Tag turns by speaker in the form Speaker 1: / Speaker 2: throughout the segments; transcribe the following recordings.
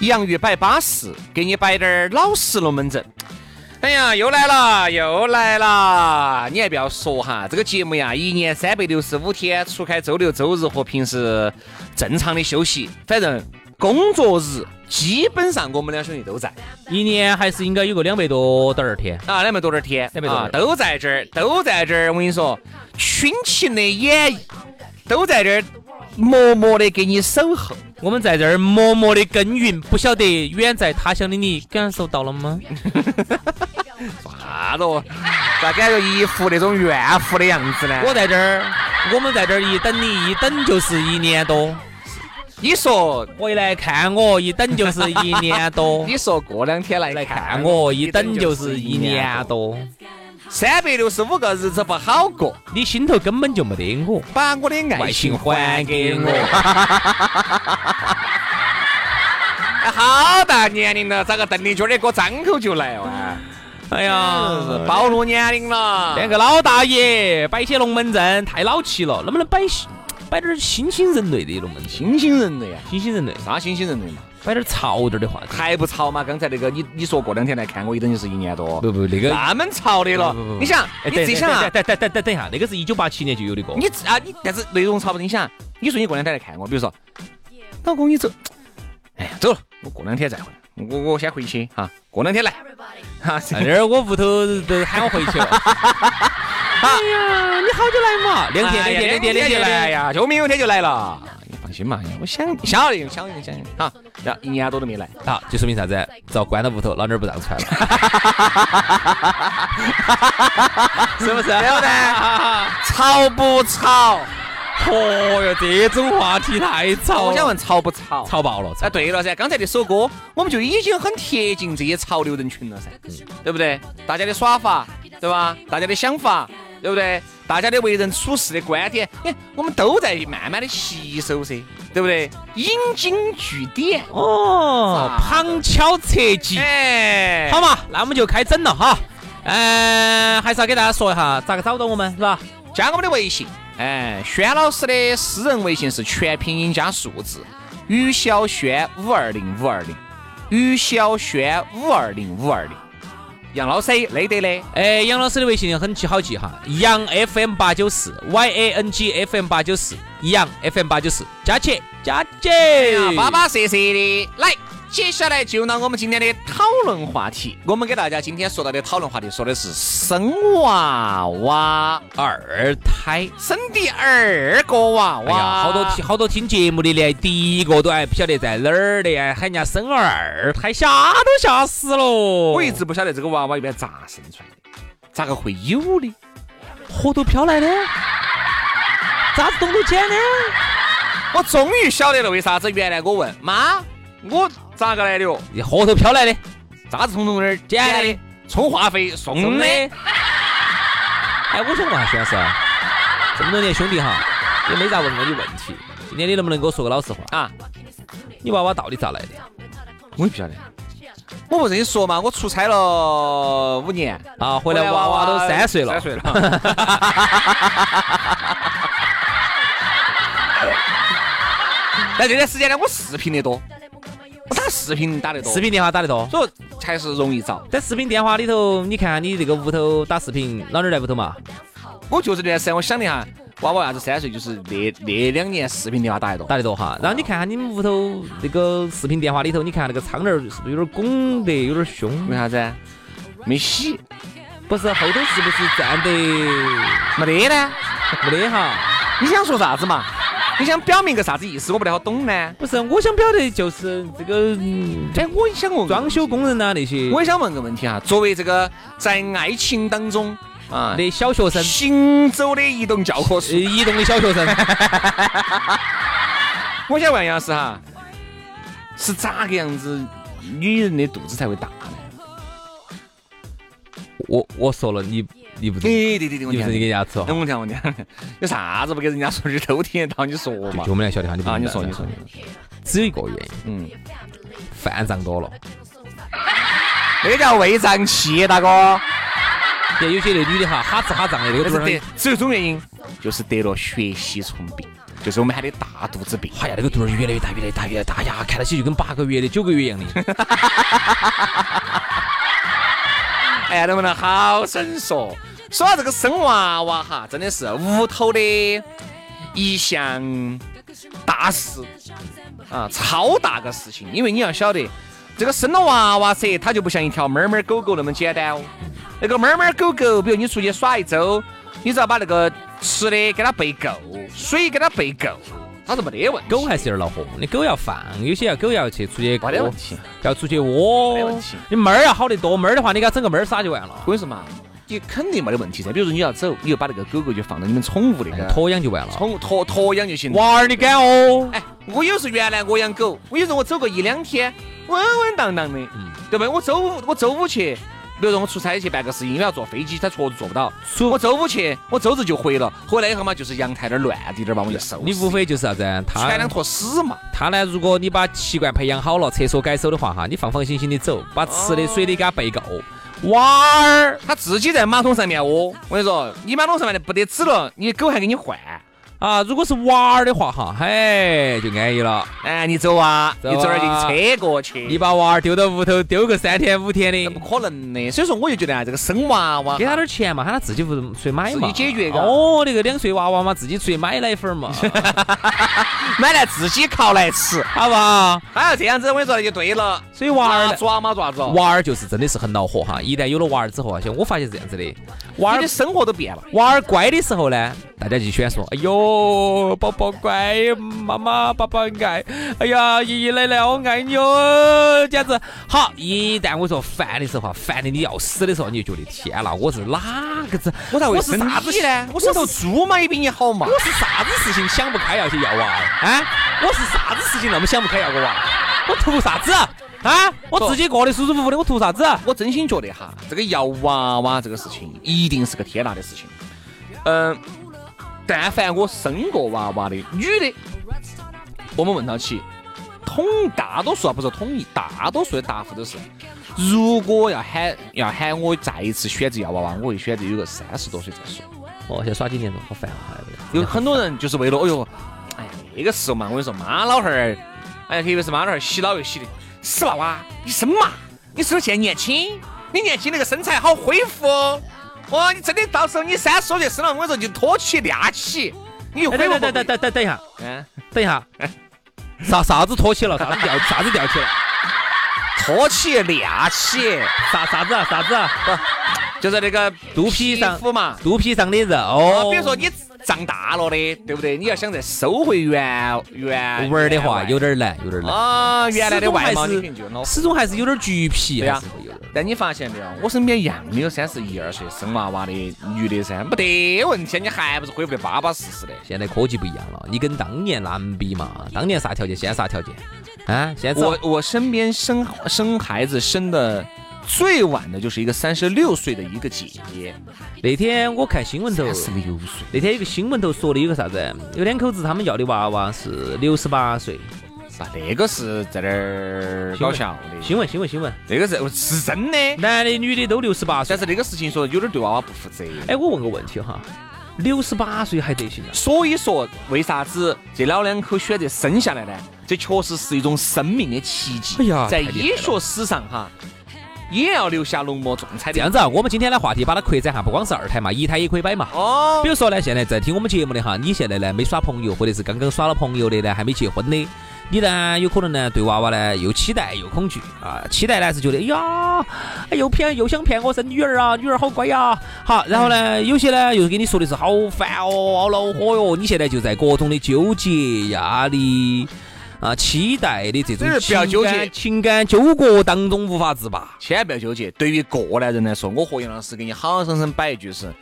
Speaker 1: 洋芋摆巴适，给你摆点儿老实龙门阵。哎呀，又来了，又来了！你还不要说哈，这个节目呀，一年三百六十五天，除开周六、周日和平时正常的休息，反正工作日基本上我们两兄弟都在
Speaker 2: 一年还是应该有个两百多点儿天。
Speaker 1: 啊，两百多点儿天，
Speaker 2: 两百多
Speaker 1: 啊
Speaker 2: 点儿
Speaker 1: 都在这儿，都在这儿。我跟你说，群情的演绎都在这儿，默默的给你守候。
Speaker 2: 我们在这儿默默的耕耘，不晓得远在他乡的你感受到了吗？
Speaker 1: 啥子哦？咋感觉一副那种怨妇的样子呢？
Speaker 2: 我在这儿，我们在这儿一等你，一等就是一年多。
Speaker 1: 你说。
Speaker 2: 回来看我，一等就是一年多
Speaker 1: 你说过两天来
Speaker 2: 来 看我，一等就是一年多。
Speaker 1: 三百六十五个日子不好过，
Speaker 2: 你心头根本就没得我，
Speaker 1: 把我的爱情
Speaker 2: 爱情
Speaker 1: 还
Speaker 2: 还
Speaker 1: 给
Speaker 2: 哎给
Speaker 1: 我
Speaker 2: 我。
Speaker 1: 哎好大年龄了，找个邓丽君的歌张口就来哇！
Speaker 2: 哎呀，
Speaker 1: 暴露年龄了，
Speaker 2: 那个老大爷摆些龙门阵太老气了，能不能摆新摆点儿新兴人类的龙门阵？
Speaker 1: 新兴人类呀，
Speaker 2: 新兴人类，
Speaker 1: 啥新兴人类嘛？
Speaker 2: 摆点儿潮点儿的话题。
Speaker 1: 还不潮嘛？刚才那个你你说过两天来看我，一等就是一年多，
Speaker 2: 不不，那个
Speaker 1: 那么潮的了
Speaker 2: 不不不，
Speaker 1: 你想
Speaker 2: 哎，
Speaker 1: 你
Speaker 2: 等
Speaker 1: 自己想啊，
Speaker 2: 等等等等等一下，那个是一九八七年就有的歌。
Speaker 1: 你自啊，你但是内容差不多。你想，你说你过两天来看我，比如说，老公你走，哎呀，走了，我过两天再回来，我我先回去哈、啊，过两天来，哈、啊，
Speaker 2: 那儿我屋头都喊我回去了。哎呀，你好久来嘛？两天，两天，两天，两天
Speaker 1: 来
Speaker 2: 来呀！
Speaker 1: 呀，就明后天就来了。你放心嘛，哎我想晓得，晓得，晓得啊，然后一年多都没来，
Speaker 2: 好，啊就说明啥子？遭关到屋头，老娘儿不让出来了，是不是？
Speaker 1: 对不对？吵不吵？
Speaker 2: 哦哟，这种话题太吵
Speaker 1: 啊我
Speaker 2: 我
Speaker 1: 想
Speaker 2: 想问，
Speaker 1: 问吵不吵？
Speaker 2: 吵爆了！
Speaker 1: 哎，
Speaker 2: 吵，
Speaker 1: 对了噻，刚才那首歌，我们就已经很贴近这些潮流人群了噻，
Speaker 2: 嗯
Speaker 1: 对不对？大家的耍法，对吧？大家的想法，对不对？大家的为人处事的观点，哎，我们都在慢慢的吸收噻，对不对？引经据典，
Speaker 2: 哦，旁敲侧击。
Speaker 1: 哎，
Speaker 2: 嗯好，嘛，那我们就开整了哈。嗯，还是要给大家说一下咋个找到我们，是吧？
Speaker 1: 加我们的微信，哎，轩老师的私人微信是全拼音加数字，于小轩五二零五二零，于小轩五二零五二零，杨老师累得嘞。
Speaker 2: 哎，杨老师的微信很记好记哈，杨 FM 八九四，Y A N G F M 八九四，杨 FM 八九四，加起加起
Speaker 1: 啊，，巴巴适适的。来，接下来就让我们今天的讨论话题。我们给大家今天说到的讨论话题，说的是生娃娃，
Speaker 2: 二胎。
Speaker 1: 生第二个娃
Speaker 2: 哎呀，
Speaker 1: 娃，
Speaker 2: 好多听好多听节目的连第一个都还不晓得在哪儿的，还喊人家生二胎，吓都吓死了。
Speaker 1: 我一直不晓得这个娃娃一般咋生出来的，咋个会有的？
Speaker 2: 火都飘来的，咋子动都捡的？
Speaker 1: 我终于晓得了，为啥子原来我问妈，我咋个来的哦？
Speaker 2: 你火头飘来的，
Speaker 1: 咋子从从那儿捡来的？充话费送
Speaker 2: 哎送的。
Speaker 1: 的。
Speaker 2: 哎，我想问下徐老师啊，这么多年兄弟哈，也没咋问过你问题。今天你能不能给我说个老实话？
Speaker 1: 啊，
Speaker 2: 你娃娃到底咋来的？
Speaker 1: 我也不晓得。我不是跟你说嘛，我出差了五年，
Speaker 2: 啊，回来娃娃都三岁了
Speaker 1: 三，岁了。但这段时间呢，我视频的多，我打视频打得多，
Speaker 2: 视频电话打得多。
Speaker 1: 所以还是容易找。
Speaker 2: 在视频电话里头，你看你这个屋头打视频，老娘儿在屋头嘛？
Speaker 1: 我就是这段时间，我想了一下，娃娃伢子三岁，就是那那两年视频电话打得多，
Speaker 2: 打得多哈。然后你看看你们屋头那个视频电话里头，你看那个苍蝇儿是不是有点拱得有点凶？
Speaker 1: 为啥子？没洗，
Speaker 2: 不是后头是不是站得
Speaker 1: 没得呢？
Speaker 2: 没得哈？
Speaker 1: 你想说啥子嘛？你想表明个啥子意思？我不太好懂呢。
Speaker 2: 不是，我想表达就是这个嗯
Speaker 1: 哎，我也想问，
Speaker 2: 装修工人呐、那些，
Speaker 1: 我也想问个问题哈。作为这个在爱情当中啊
Speaker 2: 的小学生，
Speaker 1: 行走的移动教科
Speaker 2: 呃
Speaker 1: 书，
Speaker 2: 移动的小学 生，
Speaker 1: 我想问杨老师哈，是咋个样子女人的肚子才会大呢？
Speaker 2: 我我说了你你不懂，
Speaker 1: 哎，对对对，我
Speaker 2: 你不是你
Speaker 1: 听
Speaker 2: 给人
Speaker 1: 你。
Speaker 2: 家吃哦
Speaker 1: 哎，，我听我听， 有啥子不给人家说的都听得到，你说
Speaker 2: 就
Speaker 1: 嘛
Speaker 2: 就？我们俩晓得哈，你不
Speaker 1: 啊，
Speaker 2: 明
Speaker 1: 你
Speaker 2: 白
Speaker 1: 说
Speaker 2: 噻
Speaker 1: 你说，你说，
Speaker 2: 只有一个原因，
Speaker 1: 嗯，
Speaker 2: 饭涨多了。
Speaker 1: 那叫胃胀气，大 哥。
Speaker 2: 看有些那女的哈，哈吱哈胀的，那个
Speaker 1: 但是
Speaker 2: 肚儿上，
Speaker 1: 得只有一种原因，就是得了血吸虫病，就是我们喊的大肚子病。
Speaker 2: 哎呀，那个肚儿越来越大，越来越大，越来越大呀，看到起就跟八个月的、九个月一样的。
Speaker 1: 哎呀，能不能好生说？说到这个生娃娃哈，真的是屋头的一项大事啊，超大个事情。因为你要晓得，这个生了娃娃噻，它就不像一条猫猫狗狗那么简单哦。那个猫猫狗狗，比如你出去耍一周，你只要把那个吃的给它备够，水给它备够，它是没得问题。
Speaker 2: 狗还是有点恼火，你狗要放，有些要狗要去出去
Speaker 1: 没得
Speaker 2: 窝
Speaker 1: 问题。
Speaker 2: 要出去
Speaker 1: 没问
Speaker 2: 窝
Speaker 1: 题。
Speaker 2: 你猫儿要好得多，猫儿的话你给它整个猫儿耍就完了，
Speaker 1: 我跟你说嘛，你肯定没得问题噻。比如说你要走，你就把那个狗狗就放到你们宠物那个
Speaker 2: 鸵养就完了。
Speaker 1: 宠鸵鸵养就行。
Speaker 2: 娃儿你敢哦？
Speaker 1: 哎，我有时候原来我养狗，我有时候我走个一两天，稳稳当当的，
Speaker 2: 嗯
Speaker 1: 对不对？我周五我周五去，比如说我出差去办个事情，因为要坐飞机，他确实坐不到。
Speaker 2: 出
Speaker 1: 我周五去，我周日就回了，回来以后嘛，就是阳台那儿乱滴点儿嘛，我就收拾。
Speaker 2: 你无非就是啥子啊？
Speaker 1: 穿
Speaker 2: 它
Speaker 1: 两坨屎嘛，
Speaker 2: 它呢？如果你把习惯培养好了，厕所改手的话哈，你放放心心的走，把吃的水的给它备够。
Speaker 1: 娃儿他自己在马桶上面窝。我跟你说，你马桶上面的不得止了，你狗还给你换。
Speaker 2: 啊，如果是娃儿的话哈，嘿，就安逸了。
Speaker 1: 哎，你走啊，
Speaker 2: 走啊
Speaker 1: 你走点进车过去。
Speaker 2: 你把娃儿丢到屋头丢个三天五天的
Speaker 1: 怎么，可能呢？所以说，我就觉得啊，这个生娃娃
Speaker 2: 给他点儿钱嘛，喊他自己不出去买
Speaker 1: 自
Speaker 2: 嘛，
Speaker 1: 己解决嘎
Speaker 2: 哦，那个两岁娃娃嘛，自己出去买奶粉儿 嘛，
Speaker 1: 买来自己烤来吃，
Speaker 2: 好不好？
Speaker 1: 他要这样子，我跟你说就对了。
Speaker 2: 所以娃儿呢
Speaker 1: 抓嘛抓子哦，
Speaker 2: 娃儿就是真的是很恼火哈。一旦有了娃儿之后啊，像我发现是这样子的，娃
Speaker 1: 娃
Speaker 2: 儿
Speaker 1: 的生活都变了。
Speaker 2: 娃儿乖的时候呢，大家就喜欢说：“哎呦，宝宝乖，妈妈爸爸爱，哎呀，爷爷奶奶我爱你哦，简直好。”一旦我说烦的时候啊，烦的你要死的时候，你就觉得天啦，我是哪个子？
Speaker 1: 我咋会
Speaker 2: 是
Speaker 1: 生
Speaker 2: 啥子
Speaker 1: 你呢？我
Speaker 2: 我是
Speaker 1: 是头猪嘛，也比你好嘛。
Speaker 2: 我是啥子事情想不开要去要娃儿啊？我是啥子事情那么想不开要个娃儿？我图啥子啊？我自己过得舒舒服服的，我图啥子？啊
Speaker 1: 我真心觉得哈，这个摇娃娃这个事情一定是个天大的事情。嗯，但凡我生过娃娃的女的，我们问到起，统大多数啊，不是统一，大多数的答复都是，如果要喊要喊我再一次选择要娃娃，我会选择有个三十多岁再说。
Speaker 2: 哦，现在耍几年了，好烦啊！
Speaker 1: 有很多人就是为了，哎呦，哎呀，那个时候嘛，我跟你说，妈老汉儿，哎呀，特别是妈老汉儿，洗脑又洗的，死娃娃，你生嘛，你是不是现在年轻？你年轻那个身材好恢复哦，哦，你真的到时候你三十多岁生了，我跟你说就拖起拉起，你就
Speaker 2: 哎，
Speaker 1: 恢
Speaker 2: 等
Speaker 1: 复
Speaker 2: 等
Speaker 1: 不
Speaker 2: 等
Speaker 1: 回。
Speaker 2: 等等等等一下，
Speaker 1: 嗯，
Speaker 2: 等一下，啥啥子脱起了？啥子掉？啥子掉起了？
Speaker 1: 拖起拉起，
Speaker 2: 啥啥子啊？啥子啊？
Speaker 1: 就是那个
Speaker 2: 肚皮上
Speaker 1: 肤嘛。
Speaker 2: 肚皮上的肉。
Speaker 1: 哦，比如说你长大了的，对不对？你要想再收回原原
Speaker 2: 哦玩儿的话
Speaker 1: 原
Speaker 2: 哎有点难，有点难。
Speaker 1: 啊，原来的外貌你
Speaker 2: 始终
Speaker 1: 肯定就
Speaker 2: 还
Speaker 1: 老
Speaker 2: 是始终还是有点橘皮，啊
Speaker 1: 对呀
Speaker 2: 还是会有点。
Speaker 1: 但你发现没有，我身边一样的有三十一二岁生娃娃的女的噻，没得问题，你还不是恢复得巴巴适适的。
Speaker 2: 现在科技不一样了，你跟当年那么比嘛？当年啥条件，现在啥条件？啊，现在只要
Speaker 1: 我我身边生生孩子生的最晚的就是一个三十六岁的一个姐姐，
Speaker 2: 那天我看新闻头，
Speaker 1: 三十六岁，
Speaker 2: 那天有个新闻头说的有个啥子？有两口子他们要的娃娃是六十八岁，
Speaker 1: 那啊那个是在那儿
Speaker 2: 新
Speaker 1: 搞
Speaker 2: 闻
Speaker 1: 笑的，
Speaker 2: 新闻新闻新闻，
Speaker 1: 那个是是真的。
Speaker 2: 男的女的都六十八岁
Speaker 1: 但。是那个事情说有点对娃娃不负责。
Speaker 2: 哎，我问个问题哈，六十八岁还得行啊？
Speaker 1: 所以说，为啥子这老两口选择生下来呢？这确实是一种生命的奇迹。
Speaker 2: 哎呀
Speaker 1: 在
Speaker 2: 太厉害
Speaker 1: 医
Speaker 2: 了
Speaker 1: 学史上哈，也要留下浓墨重彩的
Speaker 2: 这样子啊，我们今天的话题把它扩展哈，不光是二胎嘛，一胎也可以摆嘛。
Speaker 1: 哦
Speaker 2: 比，如说呢，现在在听我们节目的哈，你现在呢没耍朋友，或者是刚刚耍了朋友的呢，还没结婚的，你呢有可能呢对娃娃呢又期待又恐惧啊，期待呢是觉得哎呀，哎又骗又想骗我生女儿啊，女儿好乖呀、好，然后呢有些呢又跟你说的是好烦哦，好恼火哟，你现在就在各种的纠结、压力啊、期待的这种
Speaker 1: 这是不要
Speaker 2: 情感
Speaker 1: 纠结
Speaker 2: 情感纠葛当中无法自拔。
Speaker 1: 千万不要纠结。对于过来人来说，我和杨老师给你好生生摆一句是：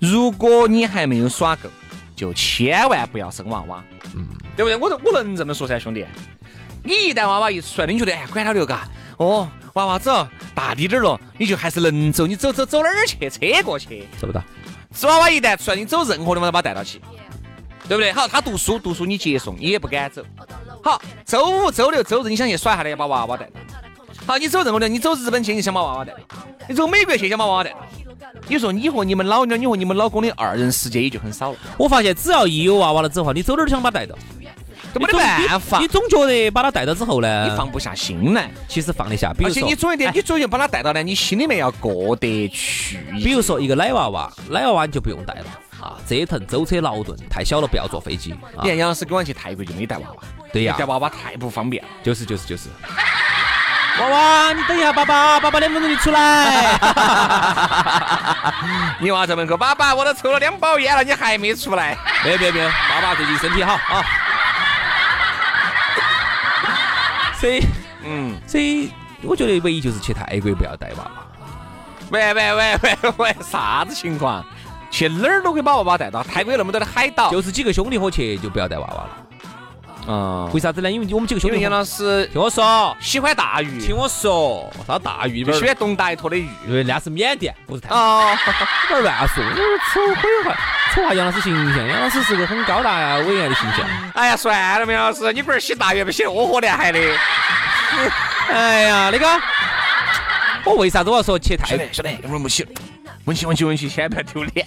Speaker 1: 如果你还没有耍够，就千万不要生娃娃，对不对？我都我能这么说噻，兄弟。你一旦娃娃一出来，你觉得哎，管他六嘎，哦，娃娃走，大滴点儿了，你就还是能走，你走走走哪儿去？车过去。
Speaker 2: 走不到，
Speaker 1: 这娃娃一旦出来，你走任何地方都把他带到起，对不对？好，他读书读书你接送，你也不敢走。好，周五、周六、周日你想去耍一下的，要把娃娃带到。好，你走任何地方，你走日本去，你想把娃娃带到；你走美国去，想把娃娃带到。你说你和你们老娘，你和你们老公的二人世界也就很少了，
Speaker 2: 我发现只要一有娃娃了之后，你走哪儿都想把他带到，
Speaker 1: 这没得办法
Speaker 2: 你，总觉得把他带到之后呢，
Speaker 1: 你放不下心来。
Speaker 2: 其实放得下，比
Speaker 1: 而
Speaker 2: 如
Speaker 1: 且
Speaker 2: 说
Speaker 1: 你，总有一点
Speaker 2: 哎，
Speaker 1: 你总要把他带到呢，你心里面要过得去。
Speaker 2: 比如说一个奶娃娃，奶娃娃你就不用带了啊，折腾、舟车劳顿，太小了，不要坐飞机啊
Speaker 1: 你。看杨老师跟我去泰国就没带娃娃，
Speaker 2: 对呀
Speaker 1: 带娃娃太不方便了。
Speaker 2: 就是就是就是。娃娃，你等一下，爸爸，爸爸两分钟就出来。
Speaker 1: 你娃在门口，爸爸，我都抽了两包烟了，你还没出 来？
Speaker 2: 没有没有没有，爸爸最近身体好啊。所以
Speaker 1: 嗯，
Speaker 2: 所以，我觉得唯一就是去泰国不要带娃娃。
Speaker 1: 喂喂喂喂喂，啥子情况？去哪儿都可以把娃娃带到，泰国有那么多的海岛。
Speaker 2: 就是几个兄弟伙去就不要带娃娃了，
Speaker 1: 嗯，
Speaker 2: 为啥子呢？因为我们几个兄
Speaker 1: 因为
Speaker 2: 弟伙
Speaker 1: 杨老师
Speaker 2: 听我说，
Speaker 1: 喜欢大鱼，
Speaker 2: 听我说，啥大鱼
Speaker 1: 就
Speaker 2: 本
Speaker 1: 喜欢东大一坨的鱼。
Speaker 2: 儿？那是缅甸，不是泰国。
Speaker 1: 哦，
Speaker 2: 不要乱说，我丑毁坏丑化杨老师形象。杨老师是个很高大呀、伟岸的形象。
Speaker 1: 哎呀，算了，杨老师，你不是洗大鱼不洗窝火男孩的？
Speaker 2: 哎呀，那个，我为啥子我要说去泰
Speaker 1: 兄
Speaker 2: 国？
Speaker 1: 弟，兄弟，我们洗，温习温习温习，千万不要丢脸。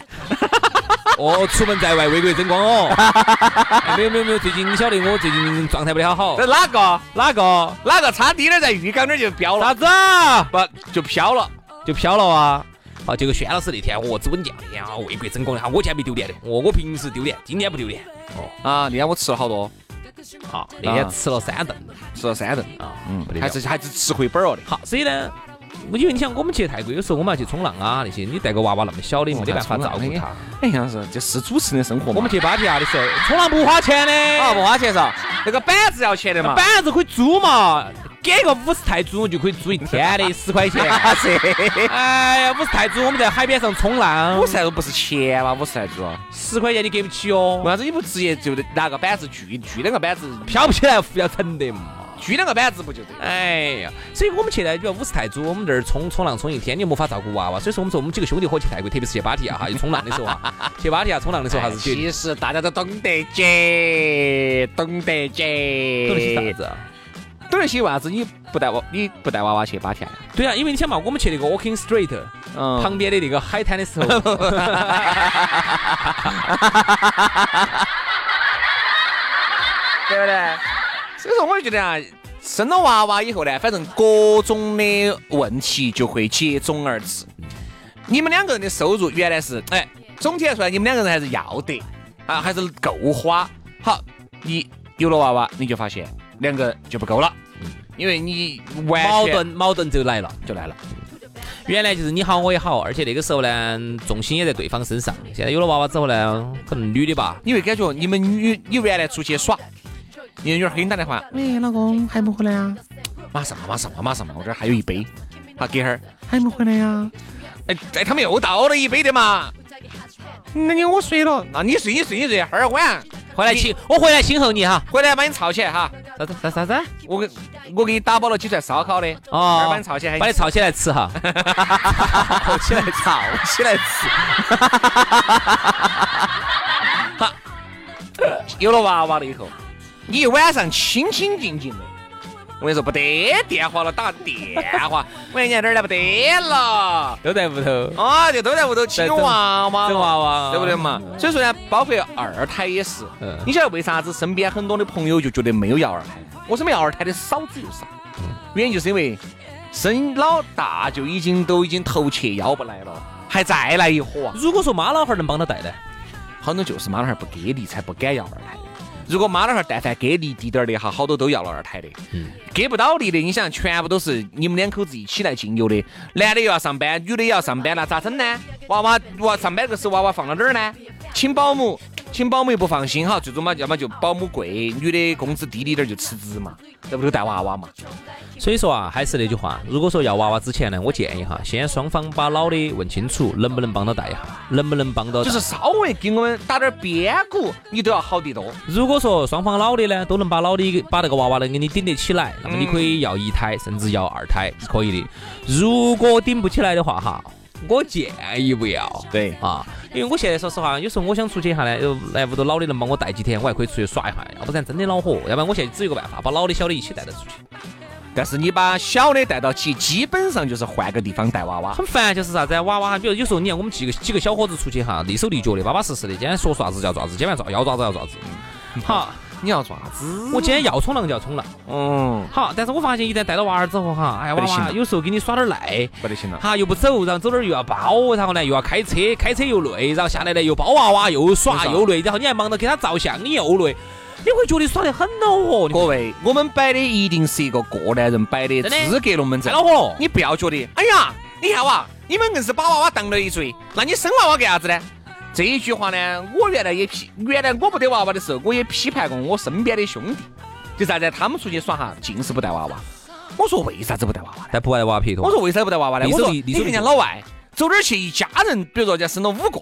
Speaker 2: 哦，出门在外为国争光哦。哎没有没有没有，最近你晓得我最近状态不太好
Speaker 1: 这。哪个？
Speaker 2: 哪个？
Speaker 1: 哪个差低点儿在浴缸那儿就飘了？
Speaker 2: 啥子？
Speaker 1: 不就飘了？
Speaker 2: 就飘了啊？啊，结果轩老师那天我之稳健，哎呀，为国争光的哈，我今天没丢脸的，哦我我平时丢脸，今天不丢脸。
Speaker 1: 啊，那天我吃了好多，
Speaker 2: 啊，那天吃了三顿
Speaker 1: 吃了三顿，嗯
Speaker 2: 啊，不得
Speaker 1: 还
Speaker 2: 了
Speaker 1: 是还是吃回本儿了的。
Speaker 2: 好，所以呢，因为你想我们去泰国，有时候我们要去冲浪啊那些，你带个娃娃那么小的，没得办法照顾他。
Speaker 1: 哦哎，杨老师，这是主持人的生活
Speaker 2: 我们去芭提雅的时候，冲浪不花钱的，
Speaker 1: 啊，不花钱噻，那个板子要钱的嘛。
Speaker 2: 板子可以租嘛，给个五十泰铢我就可以租一 天的，十块钱。
Speaker 1: 这
Speaker 2: 哎呀，五十泰铢我们在海边上冲浪
Speaker 1: 五，十来都不是钱嘛，五十来铢。
Speaker 2: 十块钱你给不起
Speaker 1: 为
Speaker 2: 哦，
Speaker 1: 啥子你不直接就拿个板子锯锯两个板子，
Speaker 2: 飘不起来要沉的嘛。
Speaker 1: 锯两个板子不就对？
Speaker 2: 哎呀，所以我们去呢，比如五十泰铢，我们这儿冲冲浪冲一天，你又没法照顾娃娃，所以说我们说我们几个兄弟伙去泰国，特别是去芭提雅哈，去冲浪的时 候哈，去芭提雅冲浪的时候还是去
Speaker 1: 哎其实大家都懂得接，懂得接。
Speaker 2: 都那些啥子啊？
Speaker 1: 懂得些为啥子？你不带娃，你不带娃娃去芭提雅？
Speaker 2: 对啊，因为你想嘛，我们去那个 Walking Street
Speaker 1: 嗯
Speaker 2: 旁边的那个海滩的时候，
Speaker 1: 对不对？所以说，我就觉得啊，生了娃娃以后呢，反正各种的问题就会接踵而至。你们两个人的收入原来是，哎，总体来说呢，你们两个人还是要得啊，还是够花。好，你有了娃娃，你就发现两个就不够了，因为你完全
Speaker 2: 矛盾矛盾就来了。
Speaker 1: 就来了。
Speaker 2: 原来就是你好我也好，而且那个时候呢，重心也在对方身上。现在有了娃娃之后呢，可能女的吧，
Speaker 1: 你会感觉你们女，你原来出去耍，你的女儿给你打电话，喂，哎老公还不回来啊？马上嘛，马上嘛，马上嘛，我这儿还有一杯，好，给会儿还没回来呀、哎，哎，他们又倒了一杯的嘛。那你我睡了，那你睡你睡你睡，哈儿晚
Speaker 2: 回来亲我回来亲候你哈。
Speaker 1: 回来把你吵起来哈。
Speaker 2: 啥子啥啥子？
Speaker 1: 我给我给你打包了几串烧烤的，
Speaker 2: 哦
Speaker 1: 二把你吵起来，
Speaker 2: 把你吵起来 吃哈。
Speaker 1: 吵起来，吵起来吃。 好，有了娃娃了以后，你一晚上清清静静的。我跟你说，不得电话了，打电话，我跟你讲，哪儿来不得了？
Speaker 2: 都在屋头
Speaker 1: 啊，就都在屋头亲娃娃，
Speaker 2: 整娃娃，
Speaker 1: 对不对？嘛？所以说呢，包括二胎也是
Speaker 2: 嗯，
Speaker 1: 你晓得为啥子身
Speaker 2: 嗯
Speaker 1: 边很多的朋友就觉得没有要二胎？我身边要二胎的少之又少，原因就是因为生老大就已经都已经头切腰不来了，还再来一伙啊！
Speaker 2: 如果说妈老汉儿能帮他带来，
Speaker 1: 好多就是妈老汉儿不给力，才不敢要二胎。如果妈老汉儿但凡给力滴点儿的哈，好多都要了二胎的。给不到力的，你想全部都是你们两口子一起来进油的，男的又要上班，女的也要上班，那咋整呢？娃娃娃上班那个时候娃娃放到哪儿呢？请保姆，请保姆又不放心哈，最终嘛，要么就保姆贵，女的工资低滴点儿就辞职嘛，在屋头带娃娃嘛。
Speaker 2: 所以说啊，还是那句话，如果说要娃娃之前呢，我建议哈，先双方把老的问清楚，能不能帮到带一下，能不能帮到带。
Speaker 1: 就是稍微给我们打点边鼓，你都要好得多。
Speaker 2: 如果说双方老的呢都能把老的把那个娃娃能给你顶得起来，那么你可以要一胎，甚至要二胎是可以的。如果顶不起来的话哈，我建议不要。
Speaker 1: 对
Speaker 2: 啊，因为我现在说实话，有时候我想出去一下呢，又来屋头老的能帮我带几天，我还可以出去耍一下，要不然真的恼火。要不然我现在只有一个办法，把老的小的一起带得出去，
Speaker 1: 但是你把小的带到起，基本上就是换个地方带娃娃。
Speaker 2: 很烦。就是啥子啊娃娃，比如有时候你看我们几个几个小伙子出去哈，利手利脚的，巴巴适适的，今天说啥子叫啥子，今晚抓要抓子要抓子。好，
Speaker 1: 你要爪子？
Speaker 2: 我今天要冲浪就要冲浪。
Speaker 1: 嗯，
Speaker 2: 好，但是我发现一旦带到娃儿之后哈，哎呀，
Speaker 1: 不
Speaker 2: 娃
Speaker 1: 得行
Speaker 2: 娃
Speaker 1: 了
Speaker 2: 有时候给你耍点赖，
Speaker 1: 不得行了。
Speaker 2: 哈又不走，然后走哪儿又要包，然后呢又要开车，开车又累，然后下来呢又包娃娃又耍
Speaker 1: 没错
Speaker 2: 又累，然后你还忙着给他照相，你又累，你会觉得耍得很恼火，你
Speaker 1: 各位，我们摆的一定是一个过来人摆的
Speaker 2: 真的
Speaker 1: 资格龙门
Speaker 2: 太
Speaker 1: 阵
Speaker 2: 恼。火哦了。
Speaker 1: 你不要觉得，哎呀，你看哇，你们硬是把娃娃当累赘，那你生娃娃干啥子呢？这一句话呢，我原来也批，原来我不得娃娃的时候，我也批判过我身边的兄弟，就啥子，他们出去耍哈，尽是不带娃娃。我说为啥子不带娃娃呢？
Speaker 2: 但不爱娃皮头
Speaker 1: 我说为啥不带娃娃呢？
Speaker 2: 你
Speaker 1: 我
Speaker 2: 手
Speaker 1: 说
Speaker 2: 里
Speaker 1: 你
Speaker 2: 你手
Speaker 1: 看
Speaker 2: 里
Speaker 1: 人家老外走哪儿去，一家人，比如说人家生了五个，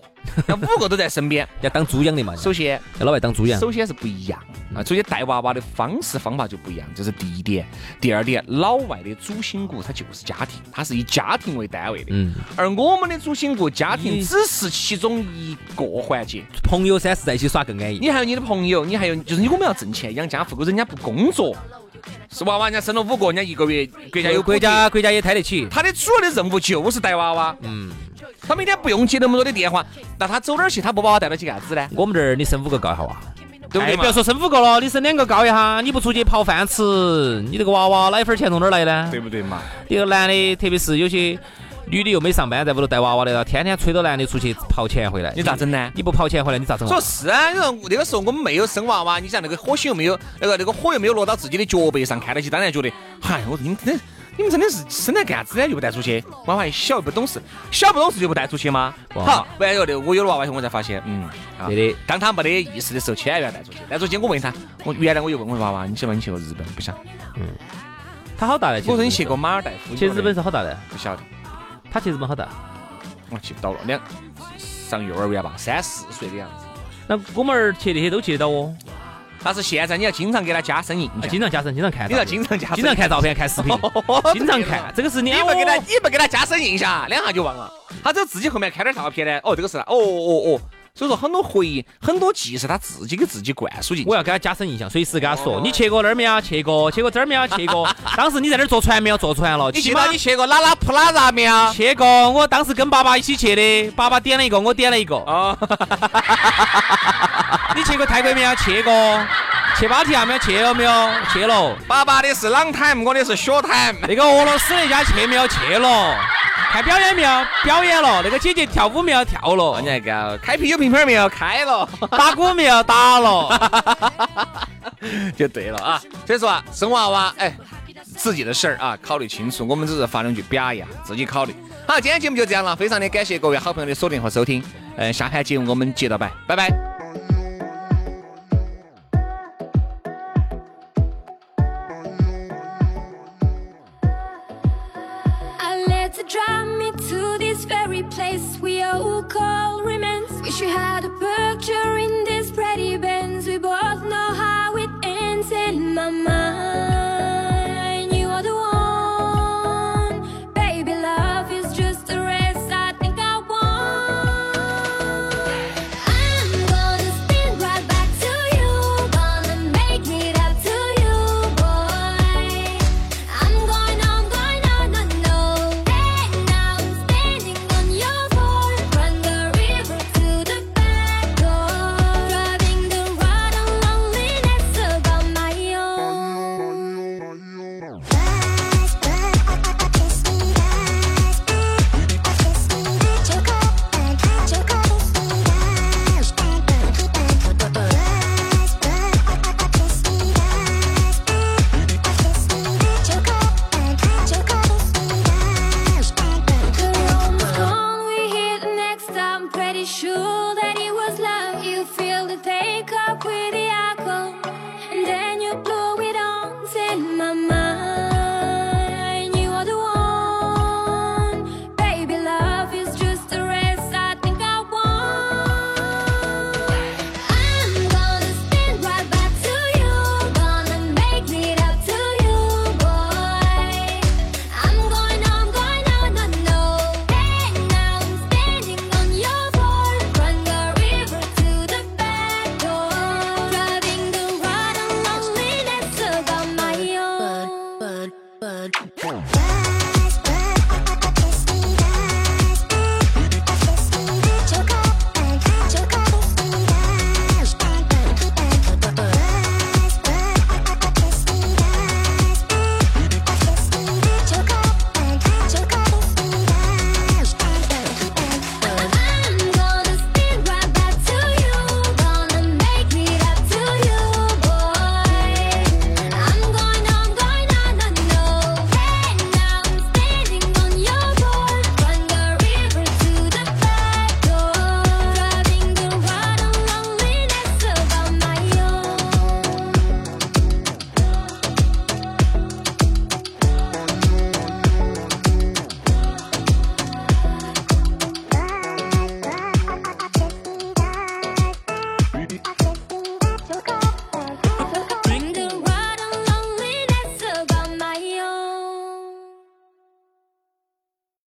Speaker 1: 那五个都在身边。
Speaker 2: 要当猪养的嘛，
Speaker 1: 首先，
Speaker 2: 要老外当猪养。
Speaker 1: 首先是不一样啊，
Speaker 2: 嗯
Speaker 1: 首先带娃娃的方式方法就不一样，这是第一点。第二点，老外的主心骨它就是家庭，它是以家庭为单位的，
Speaker 2: 嗯，
Speaker 1: 而我们的主心骨家庭
Speaker 2: 你
Speaker 1: 只是其中一个环节。
Speaker 2: 朋友三是在一起耍更安逸。
Speaker 1: 你还有你的朋友，你还有就是你我们要挣钱养家糊口，人家不工作，是娃娃人家生了五个，人家一个月国家有补
Speaker 2: 国
Speaker 1: 贴。
Speaker 2: 家国家也抬得起，
Speaker 1: 他的主要的任务就是带娃娃，
Speaker 2: 嗯，
Speaker 1: 他每天不用接那么多的电话，那他走哪儿去？他不把我带到去干啥子呢？
Speaker 2: 我们这儿你生五个告一下哇。
Speaker 1: 对不对
Speaker 2: 哎
Speaker 1: 嘛？
Speaker 2: 不要说生五个了，你生两个告一下，你不出去刨饭吃，你这个娃娃奶粉钱从哪儿来呢？
Speaker 1: 对不对嘛？
Speaker 2: 一个男的，特别是有些女的又没上班，在屋头带娃娃的，天天催着男的出去刨钱回来，
Speaker 1: 你咋整呢？
Speaker 2: 你不刨钱回来，你咋整啊？
Speaker 1: 说是啊，你说那个时候我们没有生娃娃，你想那个火星又没有，那个那个火又没有落到自己的脚背上，看到起当然觉得，嗨，我说你们真的， 你们真的是生来干啥子呢？又不带出去，娃娃还小又不懂事，小不懂事就不带出去吗？
Speaker 2: 哇
Speaker 1: 好，完了以后呢，我有了娃娃以后，我才发现，嗯，啊
Speaker 2: 对的，
Speaker 1: 当他没得意识的时候，千万不要带出去。带出去，我问他，我原来我就问我娃娃，你想不想去过日本？不想。
Speaker 2: 他好大的？
Speaker 1: 我说你去过？马尔代夫？
Speaker 2: 去日本？是好大的？
Speaker 1: 不晓得，
Speaker 2: 他去日本好大？
Speaker 1: 我去不到了，两上幼儿园吧，三四岁的样子。
Speaker 2: 那我们儿去那些都去得到哦，
Speaker 1: 但是现在你要经常给他加深印
Speaker 2: 啊
Speaker 1: 象，
Speaker 2: 经常加深，经常看，
Speaker 1: 哎你要经常加深
Speaker 2: 经常看照片、看视频，经常看。这个是你
Speaker 1: 你不给他，
Speaker 2: 哦
Speaker 1: 你不给他加深印象，两下就忘了。他只有自己后面开点照片呢，哦，这个是他，哦哦哦。所以说很多回忆，很多记忆是他自己给自己灌输进去
Speaker 2: 我。要给他加深印象，随时跟他
Speaker 1: 哦
Speaker 2: 说，你去过那儿没有？去过，去过这儿没有？啊去 过。当时你在那儿坐船没有？坐船了。
Speaker 1: 你
Speaker 2: 起
Speaker 1: 记
Speaker 2: 码
Speaker 1: 得你去过拉拉普拉啊达没有？
Speaker 2: 去过，我当时跟爸爸一起去的，爸爸点了一个，我点了一个。
Speaker 1: 哦，
Speaker 2: 你去过泰国没有？去过。去芭提啊雅没有？去了没有？去了。
Speaker 1: 爸爸的是 long time，我的是 short time。
Speaker 2: 那个俄罗斯那家去没有？去了。看表演没有？表演了。那个姐姐跳舞没有？跳了
Speaker 1: 哦你。还搞开啤酒瓶瓶没有？开了，
Speaker 2: 打鼓没有？打了。
Speaker 1: 就对了啊。所以说啊，生娃娃，哎，自己的事儿啊，考虑清楚。我们只是发两句表扬，自己考虑。好，今天节目就这样了，非常的感谢各位好朋友的锁定和收听。嗯、下盘节目我们接着摆，拜拜。
Speaker 3: I let Uh, it drive me to this very place we all call romance. Wish we had a picture in this pretty Benz. We both know how it ends in my mind. You are the one, baby. Love is just a race. I think I won. I'm gonna spin right back to you. Gonna make it up to you, boy. I'm going, I'm going, no, no, no. And now I'm standing on your board. Run the river to the back door. Driving the ride on loneliness about my own. and my mind.